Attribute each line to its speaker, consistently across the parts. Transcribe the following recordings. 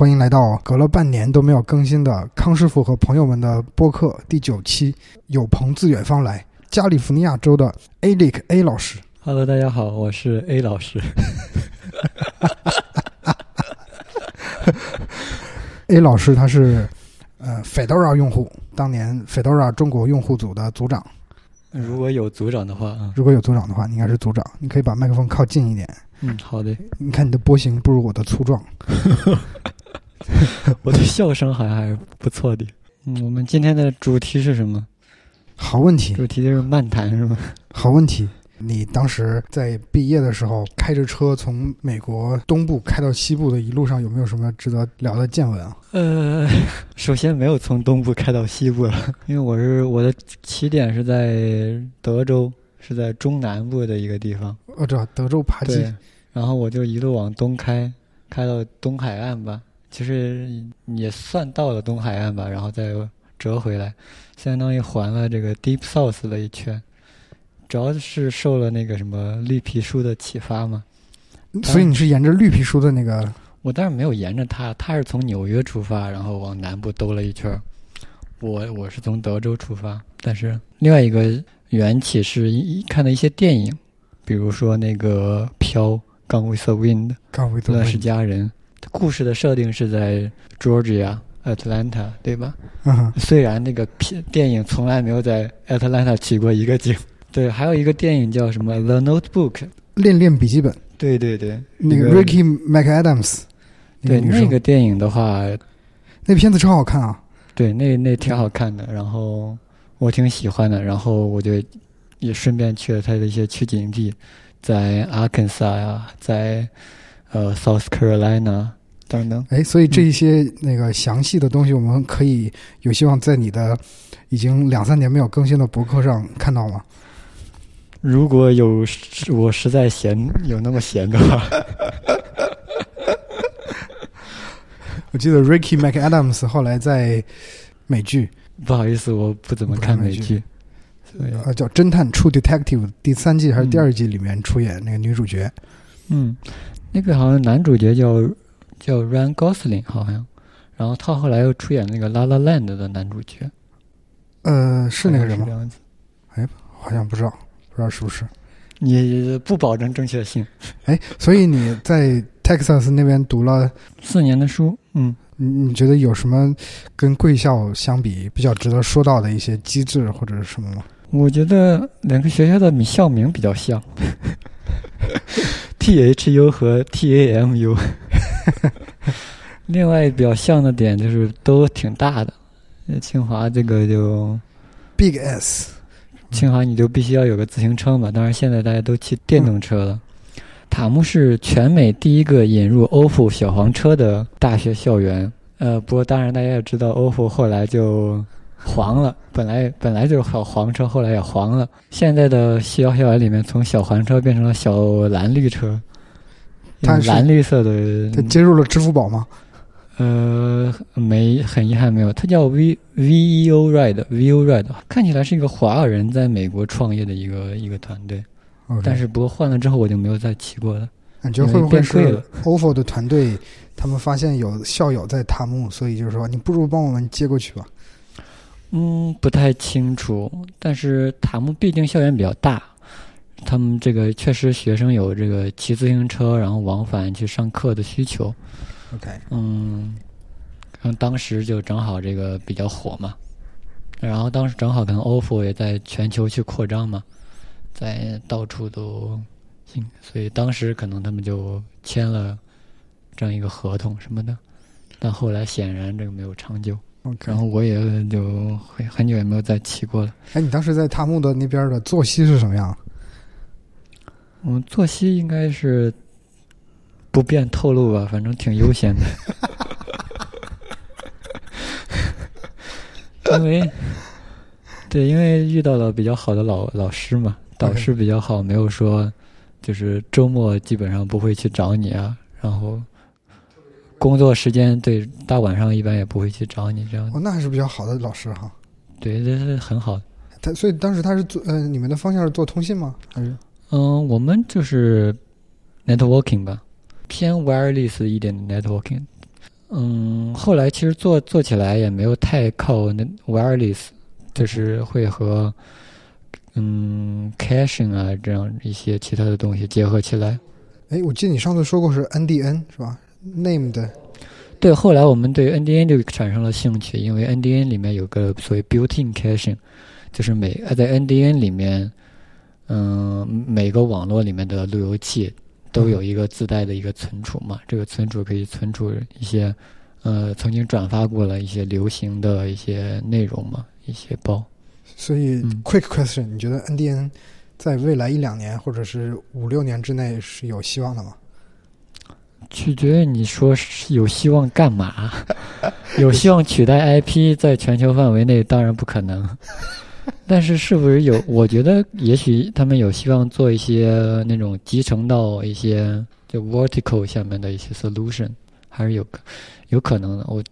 Speaker 1: 欢迎来到隔了半年都没有更新的康师傅和朋友们的播客第九期，有朋自远方来，加利福尼亚州的 A l i k A 老师。
Speaker 2: Hello，大家好，我是 A 老师。
Speaker 1: A 老师他是呃 Fedora 用户，当年 Fedora 中国用户组的组长。
Speaker 2: 如果有组长的话啊，
Speaker 1: 如果有组长的话，你应该是组长。你可以把麦克风靠近一点。
Speaker 2: 嗯，好的。
Speaker 1: 你看你的波形不如我的粗壮。
Speaker 2: 我的笑声好像还是不错的。嗯，我们今天的主题是什么？
Speaker 1: 好问题，
Speaker 2: 主题就是漫谈是吗？
Speaker 1: 好问题。你当时在毕业的时候，开着车从美国东部开到西部的一路上，有没有什么值得聊的见闻啊？
Speaker 2: 呃， 首先没有从东部开到西部了，因为我是我的起点是在德州，是在中南部的一个地方。
Speaker 1: 我知道哦德州扒鸡
Speaker 2: 对，然后我就一路往东开，开到东海岸吧，其实也算到了东海岸吧，然后再折回来，相当于环了这个 Deep South 了一圈。主要是受了那个什么绿皮书的启发嘛，
Speaker 1: 所以你是沿着绿皮书的那个，
Speaker 2: 我当然没有沿着它，它是从纽约出发，然后往南部兜了一圈儿。我我是从德州出发，但是另外一个缘起是一一看的一些电影，比如说那个《飘》《Gone with the Wind》，
Speaker 1: 刚回
Speaker 2: 《
Speaker 1: 头
Speaker 2: 乱世佳人》故事的设定是在 Georgia、Atlanta，对吧？
Speaker 1: 嗯哼，
Speaker 2: 虽然那个片电影从来没有在 Atlanta 取过一个景，对，还有一个电影叫什么《The Notebook》，
Speaker 1: 练练笔记本，
Speaker 2: 对对对，
Speaker 1: 那个
Speaker 2: 那个
Speaker 1: Ricky McAdams，那个
Speaker 2: 对
Speaker 1: 女生，
Speaker 2: 那个电影的话，
Speaker 1: 那片子超好看啊！
Speaker 2: 对那那挺好看的，然后我挺喜欢的，然后我就也顺便去了它的一些取景地，在阿肯萨呀，在呃 South Carolina 等等。
Speaker 1: 哎，所以这一些那个详细的东西，我们可以有希望在你的已经两三年没有更新的博客上看到吗？
Speaker 2: 如果有时我实在闲有那么闲的话，
Speaker 1: 我记得 Ricky McAdams 后来在美剧
Speaker 2: 不好意思，我不怎么看美剧，所以
Speaker 1: 呃叫《侦探 True Detective》第三季还是第二季里面出演那个女主角，
Speaker 2: 嗯，那个好像男主角叫叫 Ryan Gosling 好像，然后他后来又出演那个《La La Land》的男主角，
Speaker 1: 呃，是那个人吗
Speaker 2: 好像是这？样子，
Speaker 1: 好像不知道，不知道是不是。
Speaker 2: 也不保证正确性。
Speaker 1: 哎，所以你在 Texas 那边读了，
Speaker 2: 四年的书，嗯，
Speaker 1: 你你觉得有什么跟贵校相比比较值得说到的一些机制或者是什么吗？
Speaker 2: 我觉得两个学校的校名比较像，T H U 和 T A M U。另外比较像的点就是都挺大的，呃清华这个就
Speaker 1: Big S，
Speaker 2: 清华你就必须要有个自行车嘛，当然现在大家都骑电动车了。塔木是全美第一个引入 OFO 小黄车的大学校园，呃，不过当然大家也知道，OFO 后来就黄了，本来本来就是小黄车，后来也黄了。现在的校校园里面，从小黄车变成了小蓝绿车，
Speaker 1: 它是
Speaker 2: 蓝绿色的，
Speaker 1: 它接入了支付宝吗？
Speaker 2: 呃，没，很遗憾没有。它叫 V V E O Ride V E O Ride，看起来是一个华人在美国创业的一个一个团队，
Speaker 1: OK
Speaker 2: 但是不过换了之后我就没有再骑过了。
Speaker 1: 你觉得会不会
Speaker 2: 变贵
Speaker 1: 是
Speaker 2: 了
Speaker 1: OFO 的团队他们发现有校友在塔木，所以就是说你不如帮我们接过去吧？
Speaker 2: 嗯，不太清楚，但是塔木毕竟校园比较大，他们这个确实学生有这个骑自行车然后往返去上课的需求。
Speaker 1: OK
Speaker 2: 嗯，然后当时就正好这个比较火嘛，然后当时正好跟 OFO 也在全球去扩张嘛，在到处都，嗯所以当时可能他们就签了这样一个合同什么的，但后来显然这个没有长久，
Speaker 1: OK
Speaker 2: 然。后我也就很很久也没有再骑过了。
Speaker 1: 哎，你当时在塔木的那边的作息是什么样？
Speaker 2: 嗯，作息应该是不便透露吧，反正挺悠闲的。因为对，因为遇到了比较好的老老师嘛，导
Speaker 1: OK
Speaker 2: 师比较好，没有说就是周末基本上不会去找你啊，然后工作时间对大晚上一般也不会去找你这样，
Speaker 1: 哦，那还是比较好的老师哈。
Speaker 2: 对，这是很好的。
Speaker 1: 他所以当时他是做呃，你们的方向是做通信吗？还是
Speaker 2: 嗯，我们就是 networking 吧，偏 wireless 一点的 networking。嗯，后来其实做做起来也没有太靠那 wireless，就是会和嗯 caching 啊这样一些其他的东西结合起来。
Speaker 1: 哎，我记得你上次说过是 NDN 是吧？Named
Speaker 2: 对，后来我们对 NDN 就产生了兴趣，因为 NDN 里面有个所谓 built-in caching，就是每呃在 NDN 里面，嗯，每个网络里面的路由器都有一个自带的一个存储嘛，这个存储可以存储一些，呃，曾经转发过了一些流行的一些内容嘛，一些包。
Speaker 1: 所以
Speaker 2: 嗯
Speaker 1: quick question，你觉得 NDN 在未来一两年或者是五六年之内是有希望的吗？
Speaker 2: 取决于你说是有希望干嘛？有希望取代 IP 在全球范围内当然不可能，但是是不是有？我觉得也许他们有希望做一些那种集成到一些就 vertical 下面的一些 solution，还是有可有可能的。我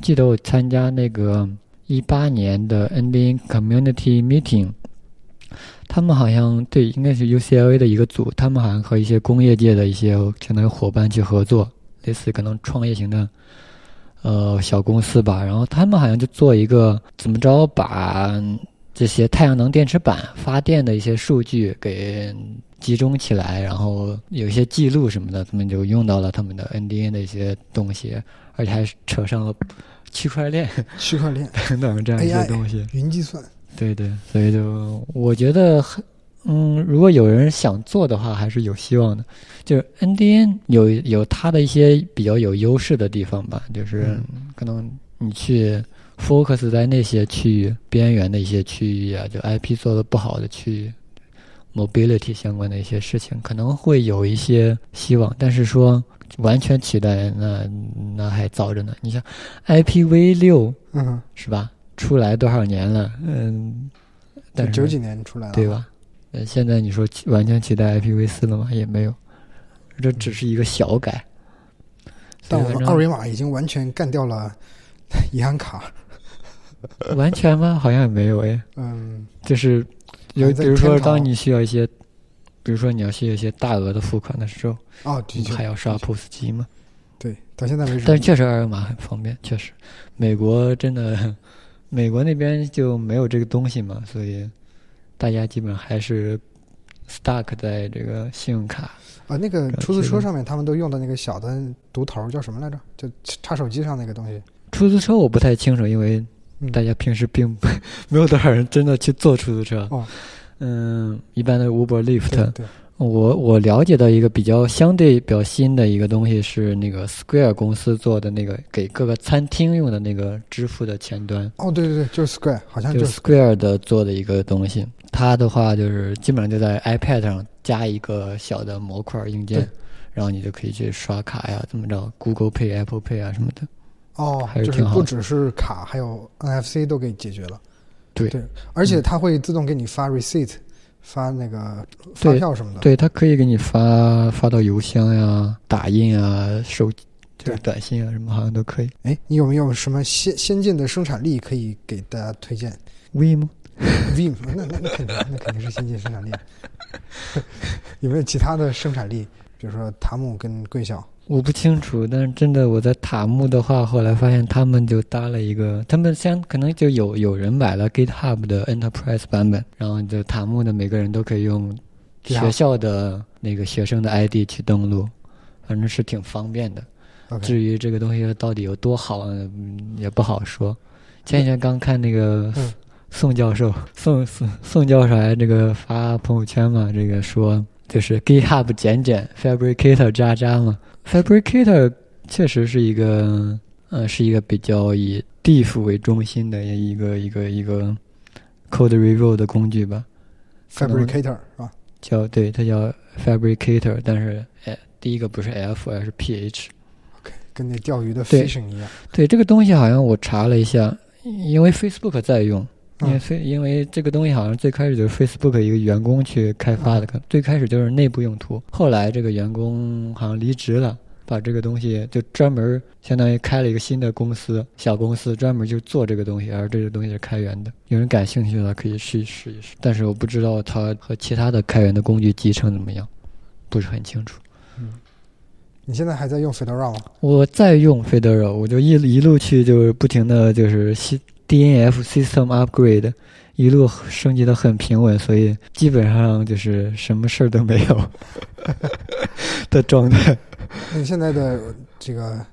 Speaker 2: 记得我参加那个一八年的 NBN Community Meeting，他们好像对，应该是 UCLA 的一个组，他们好像和一些工业界的一些相当于伙伴去合作，类似可能创业型的呃小公司吧。然后他们好像就做一个怎么着把这些太阳能电池板发电的一些数据给集中起来，然后有一些记录什么的，他们就用到了他们的 NDN 的一些东西，而且还扯上了区块链
Speaker 1: 区块链、
Speaker 2: 等等这样一些
Speaker 1: AI
Speaker 2: 东西。
Speaker 1: 云计算，
Speaker 2: 对对，所以就我觉得很，嗯，如果有人想做的话，还是有希望的。就是 NDN 有有它的一些比较有优势的地方吧，就是可能你去 focus 在那些区域边缘的一些区域啊，就 IP 做的不好的区域。mobility 相关的一些事情可能会有一些希望，但是说完全取代那那还早着呢。你像 IPv 六
Speaker 1: 嗯，
Speaker 2: 是吧？出来多少年了？嗯，
Speaker 1: 就
Speaker 2: 但是
Speaker 1: 九几年出来了，
Speaker 2: 对？吧？呃，现在你说取完全取代 IPv 四了吗？也没有，这只是一个小改。
Speaker 1: 嗯
Speaker 2: 所
Speaker 1: 但
Speaker 2: 以
Speaker 1: 我们
Speaker 2: 反
Speaker 1: 二
Speaker 2: 正
Speaker 1: 维码已经完全干掉了 银行卡，
Speaker 2: 完全吗？好像也没有哎。
Speaker 1: 嗯，
Speaker 2: 就是有，
Speaker 1: 还在
Speaker 2: 比如说，
Speaker 1: 天朝
Speaker 2: 当你需要一些，比如说你要需要一些大额的付款的时候，
Speaker 1: 哦，的
Speaker 2: 你还
Speaker 1: 确，
Speaker 2: 要刷 POS 机吗？
Speaker 1: 对，到现在为
Speaker 2: 但
Speaker 1: 止，
Speaker 2: 确实二维码很方便，确实，美国真的， 美国那边就没有这个东西嘛，所以大家基本还是 stuck 在这个信用卡。
Speaker 1: 啊，那个
Speaker 2: 呃
Speaker 1: 出租
Speaker 2: 这
Speaker 1: 车
Speaker 2: 个
Speaker 1: 上面他们都用的那个小的读头儿叫什么来着？就插手机上那个东西，
Speaker 2: 出租车我不太清楚，因为
Speaker 1: 嗯
Speaker 2: 大家平时并不 没有多少人真的去坐出租车。
Speaker 1: 哦
Speaker 2: 嗯，一般都是 Uber、
Speaker 1: 对
Speaker 2: Lyft。
Speaker 1: 对，
Speaker 2: 我我了解到一个比较相对比较新的一个东西是那个 Square 公司做的那个给各个餐厅用的那个支付的前端。
Speaker 1: 哦，对对对，就是 Square，好像
Speaker 2: 就
Speaker 1: 就是
Speaker 2: Square 的做的一个东西，它的话就是基本上就在 iPad 上加一个小的模块硬件
Speaker 1: 对，
Speaker 2: 然后你就可以去刷卡呀，怎么着，Google Pay、Apple Pay 啊什么的。
Speaker 1: 哦，
Speaker 2: 还是
Speaker 1: 就是
Speaker 2: 挺好
Speaker 1: 不
Speaker 2: 的
Speaker 1: 只是卡，还有 NFC 都给解决了。
Speaker 2: 对嗯
Speaker 1: 而且它会自动给你发 receipt，、发那个发
Speaker 2: 对
Speaker 1: 票什么的。
Speaker 2: 对，它可以给你发发到邮箱呀、打印啊、手就是短信啊什么，好像都可以。
Speaker 1: 哎，你有没有什么先先进的生产力可以给大家推荐
Speaker 2: V 吗？
Speaker 1: ？Veeam，那那那肯定，那肯定是先进生产力。 有没有其他的生产力？比如说塔姆跟贵校，
Speaker 2: 我不清楚，但是真的我在塔木的话，后来发现他们就搭了一个，他们先可能就有有人买了 GitHub 的 Enterprise 版本，然后就塔木的每个人都可以用
Speaker 1: GitHub
Speaker 2: 学校的那个学生的 ID 去登录，反正是挺方便的。
Speaker 1: OK，
Speaker 2: 至于这个东西到底有多好，嗯也不好说。前几天刚看那个
Speaker 1: 嗯
Speaker 2: 宋教授，宋宋宋教授还这个发朋友圈嘛，这个说就是 GitHub 简简，Fabricator 渣渣嘛，Fabricator 确实是一个呃是一个比较以 diff 为中心的一个一个一个 code review 的工具吧，可能
Speaker 1: Fabricator 是吧？
Speaker 2: 叫对它叫 Fabricator，但是哎第一个不是 F 而是 PH。
Speaker 1: 跟那钓鱼的
Speaker 2: 对
Speaker 1: fishing 一样。
Speaker 2: 对这个东西，好像我查了一下，因为 Facebook 在用，因为
Speaker 1: 嗯
Speaker 2: f 因为这个东西好像最开始就是 Facebook 一个员工去开发的，可最开始就是内部用途，后来这个员工好像离职了。把这个东西就专门相当于开了一个新的公司，小公司专门就做这个东西，而这个东西是开源的。有人感兴趣的可以试一试一试，但是我不知道嗯它和其他的开源的工具集成怎么样，不是很清楚。
Speaker 1: 你现在还在用 Fedora 吗？
Speaker 2: 我在用 Fedora，我就一一路去就是不停的就是西 DNF System Upgrade，一路升级的很平稳，所以基本上就是什么事儿都没有 的状态。
Speaker 1: 那你现在的这个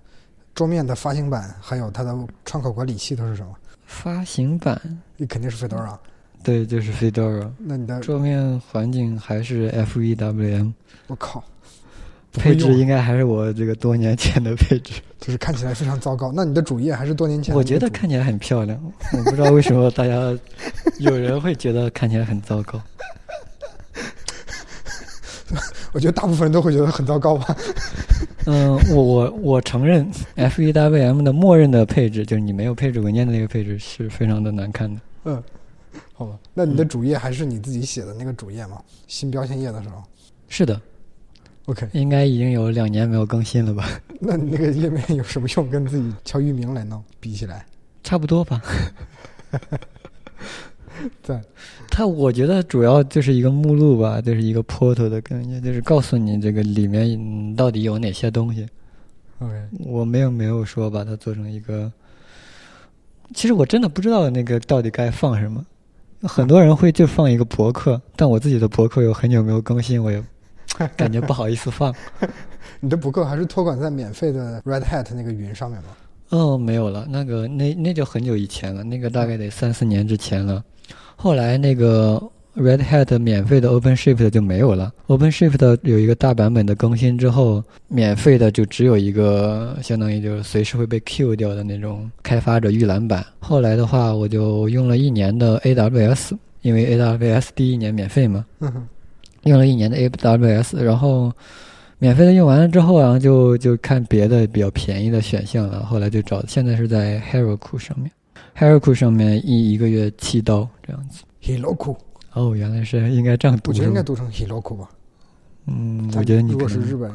Speaker 1: 桌面的发行版，还有它的窗口管理系统是什么？
Speaker 2: 发行版
Speaker 1: 你肯定是
Speaker 2: 嗯
Speaker 1: Fedora。
Speaker 2: 对，就是 Fedora，
Speaker 1: 那你的
Speaker 2: 桌面环境还是 FEWM，
Speaker 1: 我靠，不会
Speaker 2: 配置
Speaker 1: 用啊，
Speaker 2: 应该还是我这个多年前的配置。
Speaker 1: 就是看起来非常糟糕。那你的主页还是多年前的
Speaker 2: 我
Speaker 1: 那个主
Speaker 2: 觉
Speaker 1: 页？
Speaker 2: 得看起来很漂亮，我不知道为什么大家有人会觉得看起来很糟糕。
Speaker 1: 我觉得大部分人都会觉得很糟糕 吧。
Speaker 2: 嗯，我我我承认 FEWM 的默认的配置，就是你没有配置文件的那个配置是非常的难看的。
Speaker 1: 好吧，那你的
Speaker 2: 嗯
Speaker 1: 主页还是你自己写的那个主页吗？新标签页的时候
Speaker 2: 是的，
Speaker 1: ，OK，
Speaker 2: 应该已经有两年没有更新了吧？
Speaker 1: 那你那个页面有什么用？跟自己敲域名来弄比起来，
Speaker 2: 差不多吧。
Speaker 1: 赞。
Speaker 2: 它我觉得主要就是一个目录吧，就是一个 portal 的概念，就是告诉你这个里面嗯到底有哪些东西。
Speaker 1: OK，
Speaker 2: 我没有没有说把它做成一个，其实我真的不知道那个到底该放什么。很多人会就放一个博客，但我自己的博客有很久没有更新，我也感觉不好意思放。
Speaker 1: 你的博客还是托管在免费的 Red Hat 那个云上面吗？
Speaker 2: 哦，没有了，那个那那就很久以前了，那个大概得三四年之前了。后来那个 Red Hat 免费的 OpenShift 就没有了，OpenShift 有一个大版本的更新之后，免费的就只有一个相当于就是随时会被 Q 掉的那种开发者预览版。后来的话，我就用了一年的 AWS，因为 AWS 第一年免费嘛，
Speaker 1: 嗯哼，
Speaker 2: 用了一年的 AWS，然后免费的用完了之后，然后就就看别的比较便宜的选项了。后来就找，现在是在 Heroku 上面，Heroku 上面一一个月七刀这样子。
Speaker 1: Heroku，
Speaker 2: 哦，原来是应该这样
Speaker 1: 我
Speaker 2: 读
Speaker 1: 觉
Speaker 2: 是
Speaker 1: 得应该
Speaker 2: 吗？
Speaker 1: 读成 Heroku 吧。
Speaker 2: 嗯，我觉得你
Speaker 1: 如
Speaker 2: 可
Speaker 1: 果是日
Speaker 2: 能
Speaker 1: 本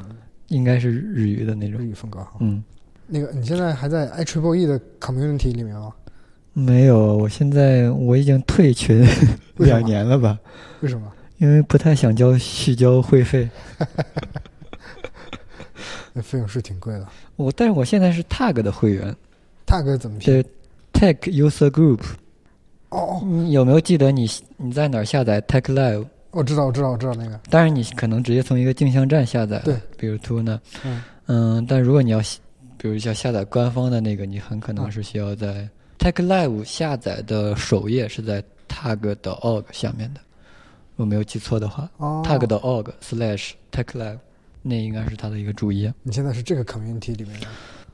Speaker 2: 应该是日语的那
Speaker 1: 日
Speaker 2: 种。
Speaker 1: 语风啊格哈，
Speaker 2: 嗯，
Speaker 1: 那个你现在还在 i t r i p l e 的 community 里面吗？
Speaker 2: 没有，我现在我已经退群
Speaker 1: 为什么
Speaker 2: 两年了吧，
Speaker 1: 为什么？
Speaker 2: 因为不太想交续交会费。
Speaker 1: 那费用是挺贵的。
Speaker 2: 我但是我现在是 Tag 的会员，
Speaker 1: Tag 怎么拼？
Speaker 2: 这 Tag User Group。
Speaker 1: 哦，哦，
Speaker 2: 你有没有记得你你在哪儿下载 Tech Live？
Speaker 1: 我知道，我知道，我知道那个。
Speaker 2: 当然，你可能直接从一个镜像站下载了，
Speaker 1: 对，
Speaker 2: 比如 Tuna。
Speaker 1: 嗯
Speaker 2: 嗯，但如果你要下，比如要下载官方的那个，你很可能是需要在 Tech Live 下载的首页是在 tag.org 下面的，我没有记错的话、
Speaker 1: 哦
Speaker 2: t a g org slash Tech Live，那应该是它的一个主页。
Speaker 1: 你现在是这个 community 里面的。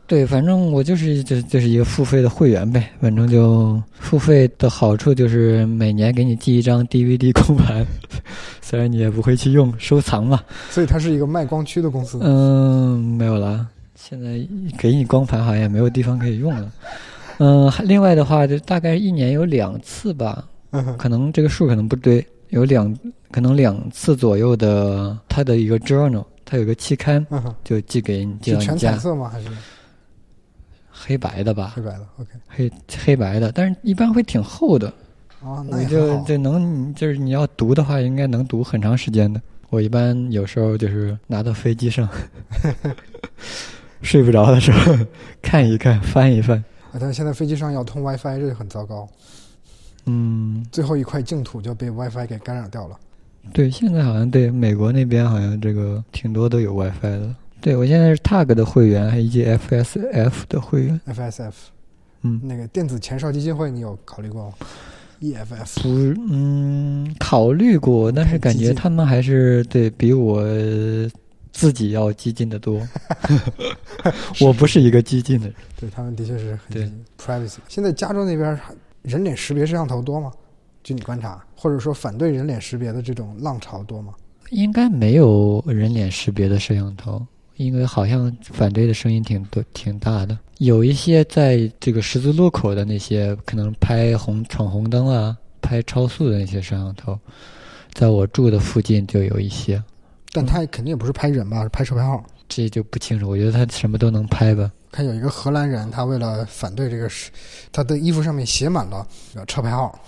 Speaker 2: 对，反正我就是就就是一个付费的会员呗，反正就付费的好处就是每年给你寄一张 DVD 光盘，虽然你也不会去用，收藏嘛。
Speaker 1: 所以它是一个卖光驱的公司。
Speaker 2: 嗯，没有了，现在给你光盘好像也没有地方可以用了。嗯，还另外的话就大概一年有两次吧，
Speaker 1: 嗯哼
Speaker 2: 可能这个数可能不对，有两可能两次左右的它的一个 journal，它有个期刊
Speaker 1: 嗯哼，
Speaker 2: 就寄给你寄
Speaker 1: 是
Speaker 2: 到
Speaker 1: 全
Speaker 2: 你
Speaker 1: 彩
Speaker 2: 家，
Speaker 1: 色吗？还是
Speaker 2: 黑白的吧
Speaker 1: 黑？白的？OK。
Speaker 2: 黑黑白的，但是一般会挺厚的，
Speaker 1: 啊，那
Speaker 2: 我
Speaker 1: 也很
Speaker 2: 就
Speaker 1: 好。
Speaker 2: 就能就是你要读的话，应该能读很长时间的。我一般有时候就是拿到飞机上， 睡不着的时候看一看，翻一翻。
Speaker 1: 啊但是现在飞机上要通 WiFi，这就很糟糕。
Speaker 2: 嗯，
Speaker 1: 最后一块净土就被 WiFi 给干扰掉了。
Speaker 2: 对，现在好像对美国那边好像这个挺多都有 WiFi 的。对我现在是 Tag 的会员，还以及 FSF 的会员。
Speaker 1: FSF
Speaker 2: 嗯，
Speaker 1: 那个电子前哨基金会，你有考虑过吗？EFF？E
Speaker 2: 不，嗯，考虑过，但是感
Speaker 1: 激
Speaker 2: 觉
Speaker 1: 进
Speaker 2: 他们还是对比我自己要激进的 多。我不是一个激进的人，
Speaker 1: 对他们的确是很
Speaker 2: 对
Speaker 1: privacy。现在加州那边还人脸识别摄像头多吗？据你观察，或者说反对人脸识别的这种浪潮多吗？
Speaker 2: 应该没有人脸识别的摄像头，因为好像反对的声音挺多、挺大的。有一些在这个十字路口的那些，可能拍红闯红灯啊、拍超速的那些摄像头，在我住的附近就有一些，
Speaker 1: 但他肯定也不是拍人吧，是拍车牌号。
Speaker 2: 这就不清楚。我觉得他什么都能拍吧。
Speaker 1: 看有一个荷兰人，他为了反对这个是，他的衣服上面写满了呃车牌号，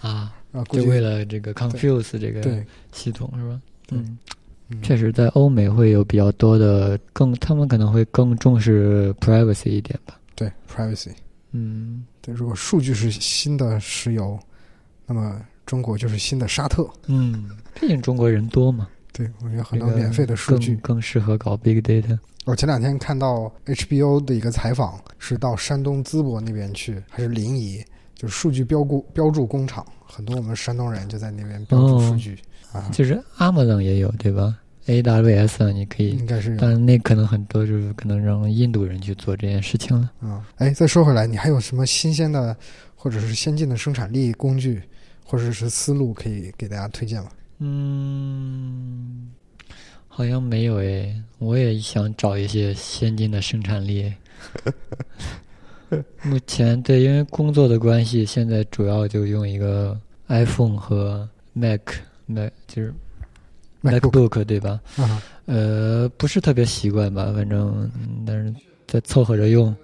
Speaker 1: 呃
Speaker 2: 啊，
Speaker 1: 然后估
Speaker 2: 就为
Speaker 1: 计
Speaker 2: 了这个 confuse 这个
Speaker 1: 对，
Speaker 2: 系统是吧？
Speaker 1: 对
Speaker 2: 嗯，确实，在欧美会有比较多的更，他们可能会更重视 privacy 一点吧。
Speaker 1: 对 privacy。
Speaker 2: 嗯
Speaker 1: 对，如果数据是新的石油，那么中国就是新的沙特。
Speaker 2: 嗯，毕竟中国人多嘛，
Speaker 1: 对，我觉得很
Speaker 2: 这
Speaker 1: 多
Speaker 2: 个
Speaker 1: 免费的数据
Speaker 2: 更。更适合搞 big data。
Speaker 1: 我前两天看到 HBO 的一个采访，是到山东淄博那边去，还是临沂，就是数据标固标注工厂，很多我们山东人就在那边标注数据、啊，
Speaker 2: 哦就是 Amazon 也有对吧？AWS 呢啊你可以，
Speaker 1: 应该是有
Speaker 2: 但那可能很多就是可能让印度人去做这件事情了。
Speaker 1: 啊。哎，再说回来，你还有什么新鲜的或者是先进的生产力工具或者是思路可以给大家推荐吗？
Speaker 2: 嗯，好像没有诶，我也想找一些先进的生产力。目前对，因为工作的关系，现在主要就用一个 iPhone 和 Mac Mac 就是
Speaker 1: MacBook
Speaker 2: MacBook 对吧？
Speaker 1: 啊，
Speaker 2: 呃，不是特别习惯吧，反正嗯但是在凑合着用。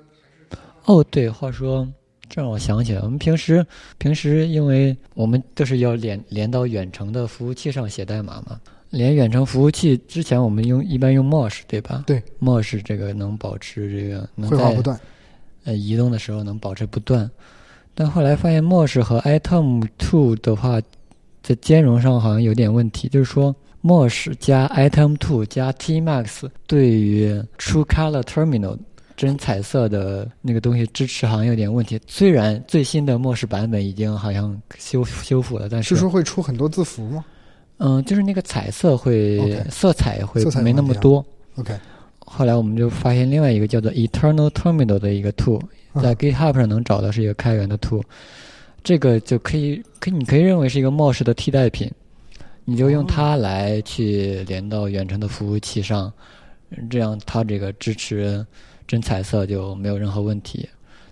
Speaker 2: 哦，对，话说这让我想起来，我们平时平时因为我们都是要连连到远程的服务器上写代码嘛，连远程服务器之前我们用一般用 MOS 对吧？
Speaker 1: 对
Speaker 2: ，MOS 这个能保持这个能
Speaker 1: 绘画
Speaker 2: 嗯在
Speaker 1: 不断，
Speaker 2: 呃移动的时候能保持不断，但后来发现 MOS 和 item two 的话，在兼容上好像有点问题，就是说 MOS 加 item two 加 tmax 对于 True Color Terminal 真彩色的那个东西支持好像有点问题。虽然最新的 MOS 版本已经好像修修复了，但
Speaker 1: 是说会出很多字符吗
Speaker 2: 嗯，就是那个彩色会
Speaker 1: OK
Speaker 2: 色彩会
Speaker 1: 色彩
Speaker 2: 没那
Speaker 1: 问
Speaker 2: 么
Speaker 1: 题啊
Speaker 2: 多。
Speaker 1: ？OK，
Speaker 2: 后来我们就发现另外一个叫做 Eternal Terminal 的一个 tool，
Speaker 1: 嗯
Speaker 2: 在 GitHub 上能找到是一个开源的 tool，这个就可以可以你可以认为是一个 MOS 的替代品，你就用
Speaker 1: 哦
Speaker 2: 它来去连到远程的服务器上，这样它这个支持真彩色就没有任何问题。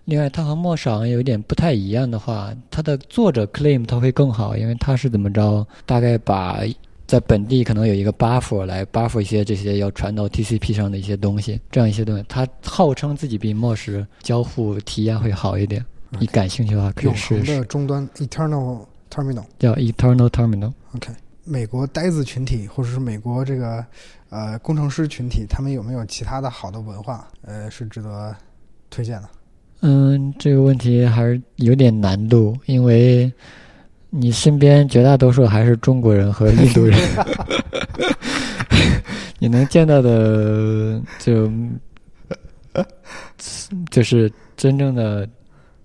Speaker 2: 另外，它和 MOS 好像有点不太一样的话，它的作者 claim 它会更好，因为它是怎么着，大概把在本地可能有一个 buffer 来 buffer 一些这些要传到 TCP 上的一些东西，这样一些东西，它号称自己比 MOS 交互体验会好一点。
Speaker 1: OK
Speaker 2: 你感兴趣的话可
Speaker 1: 嗯
Speaker 2: 以
Speaker 1: 永
Speaker 2: 试
Speaker 1: 恒的
Speaker 2: 试，
Speaker 1: 终端 （Eternal Terminal）。
Speaker 2: 叫 Eternal Terminal。
Speaker 1: 美国呆子群体，或者是美国这个呃工程师群体，他们有没有其他的好的文化？呃，是值得推荐的。
Speaker 2: 嗯，这个问题还是有点难度，因为你身边绝大多数还是中国人和印度人， 你能见到的就 就是真正的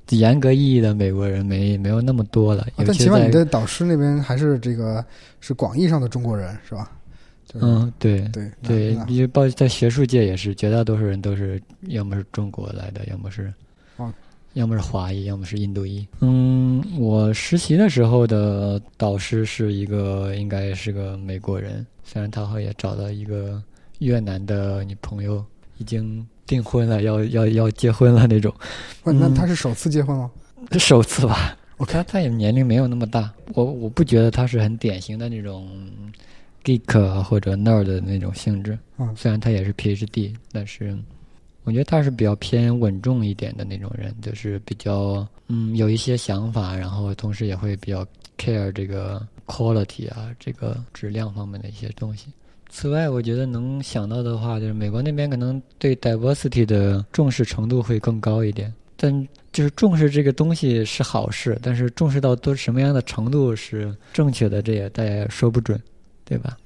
Speaker 2: 严格意义的美国人没没有那么多了，
Speaker 1: 啊
Speaker 2: 有
Speaker 1: 但
Speaker 2: 些
Speaker 1: 起码
Speaker 2: 在
Speaker 1: 你的导师那边还是这个是广义上的中国人，是吧？就是、
Speaker 2: 嗯对。
Speaker 1: 对
Speaker 2: 对
Speaker 1: 那，那
Speaker 2: 你就包括在学术界也是，绝大多数人都是要么是中国来的，要么是，
Speaker 1: 哦
Speaker 2: 要么是华裔，要么是印度裔。嗯，我实习的时候的导师是一个，应该是个美国人，虽然他后来也找到一个越南的女朋友，已经订婚了，要要要结婚了那种，
Speaker 1: 问那
Speaker 2: 嗯
Speaker 1: 他是首次结婚吗？
Speaker 2: 首次吧。
Speaker 1: OK
Speaker 2: 他他也年龄没有那么大，我我不觉得他是很典型的那种 geek 啊或者 nerd 的那种性质。
Speaker 1: 嗯
Speaker 2: 虽然他也是 PhD，但是我觉得他是比较偏稳重一点的那种人，就是比较嗯有一些想法，然后同时也会比较 care 这个 quality 啊这个质量方面的一些东西。此外，我觉得能想到的话，就是美国那边可能对 diversity 的重视程度会更高一点，但就是重视这个东西是好事，但是重视到都什么样的程度是正确的，这也大家也说不准，对吧？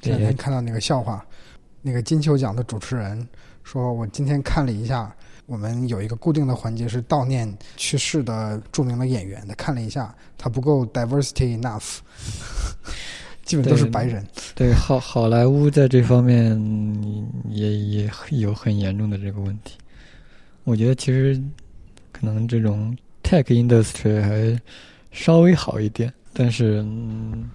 Speaker 2: 这
Speaker 1: 前两天
Speaker 2: 也
Speaker 1: 看到那个笑话，那个金球奖的主持人说，我今天看了一下，我们有一个固定的环节是悼念去世的著名的演员的，看了一下，他不够 diversity enough，基本都是
Speaker 2: 对
Speaker 1: 白人。
Speaker 2: 对，好好莱坞在这方面也也有很严重的这个问题。我觉得其实可能这种 tech industry 还稍微好一点，但是、嗯、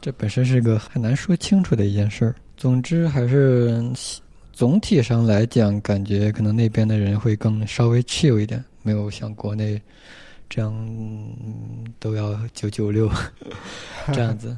Speaker 2: 这本身是个很难说清楚的一件事儿。总之，还是总体上来讲，感觉可能那边的人会更稍微 chill 一点，没有像国内这样、嗯都要九九六 这样子。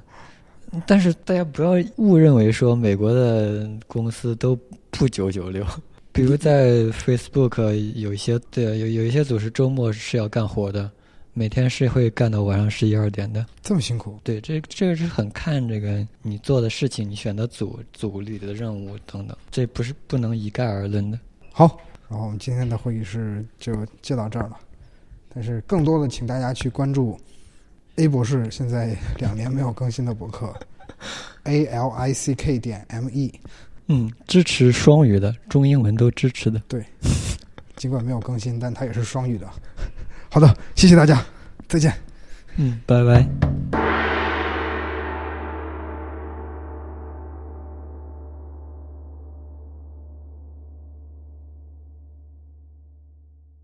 Speaker 2: 但是大家不要误认为说美国的公司都不九九 六，比如在 Facebook 有一些对有有一些组是周末是要干活的，每天是会干到晚上十一二点的。
Speaker 1: 这么辛苦，
Speaker 2: 对，这这个是很看这个你做的事情，你选的组组里的任务等等，这不是不能一概而论的。
Speaker 1: 好，然后我们今天的会议室就就到这儿了。但是更多的，请大家去关注 A 博士现在两年没有更新的博客 A L I C K 点 M E，
Speaker 2: 嗯，支持双语的，中英文都支持的。
Speaker 1: 尽管没有更新，但它也是双语的。好的，谢谢大家，再见。
Speaker 2: 嗯，拜拜。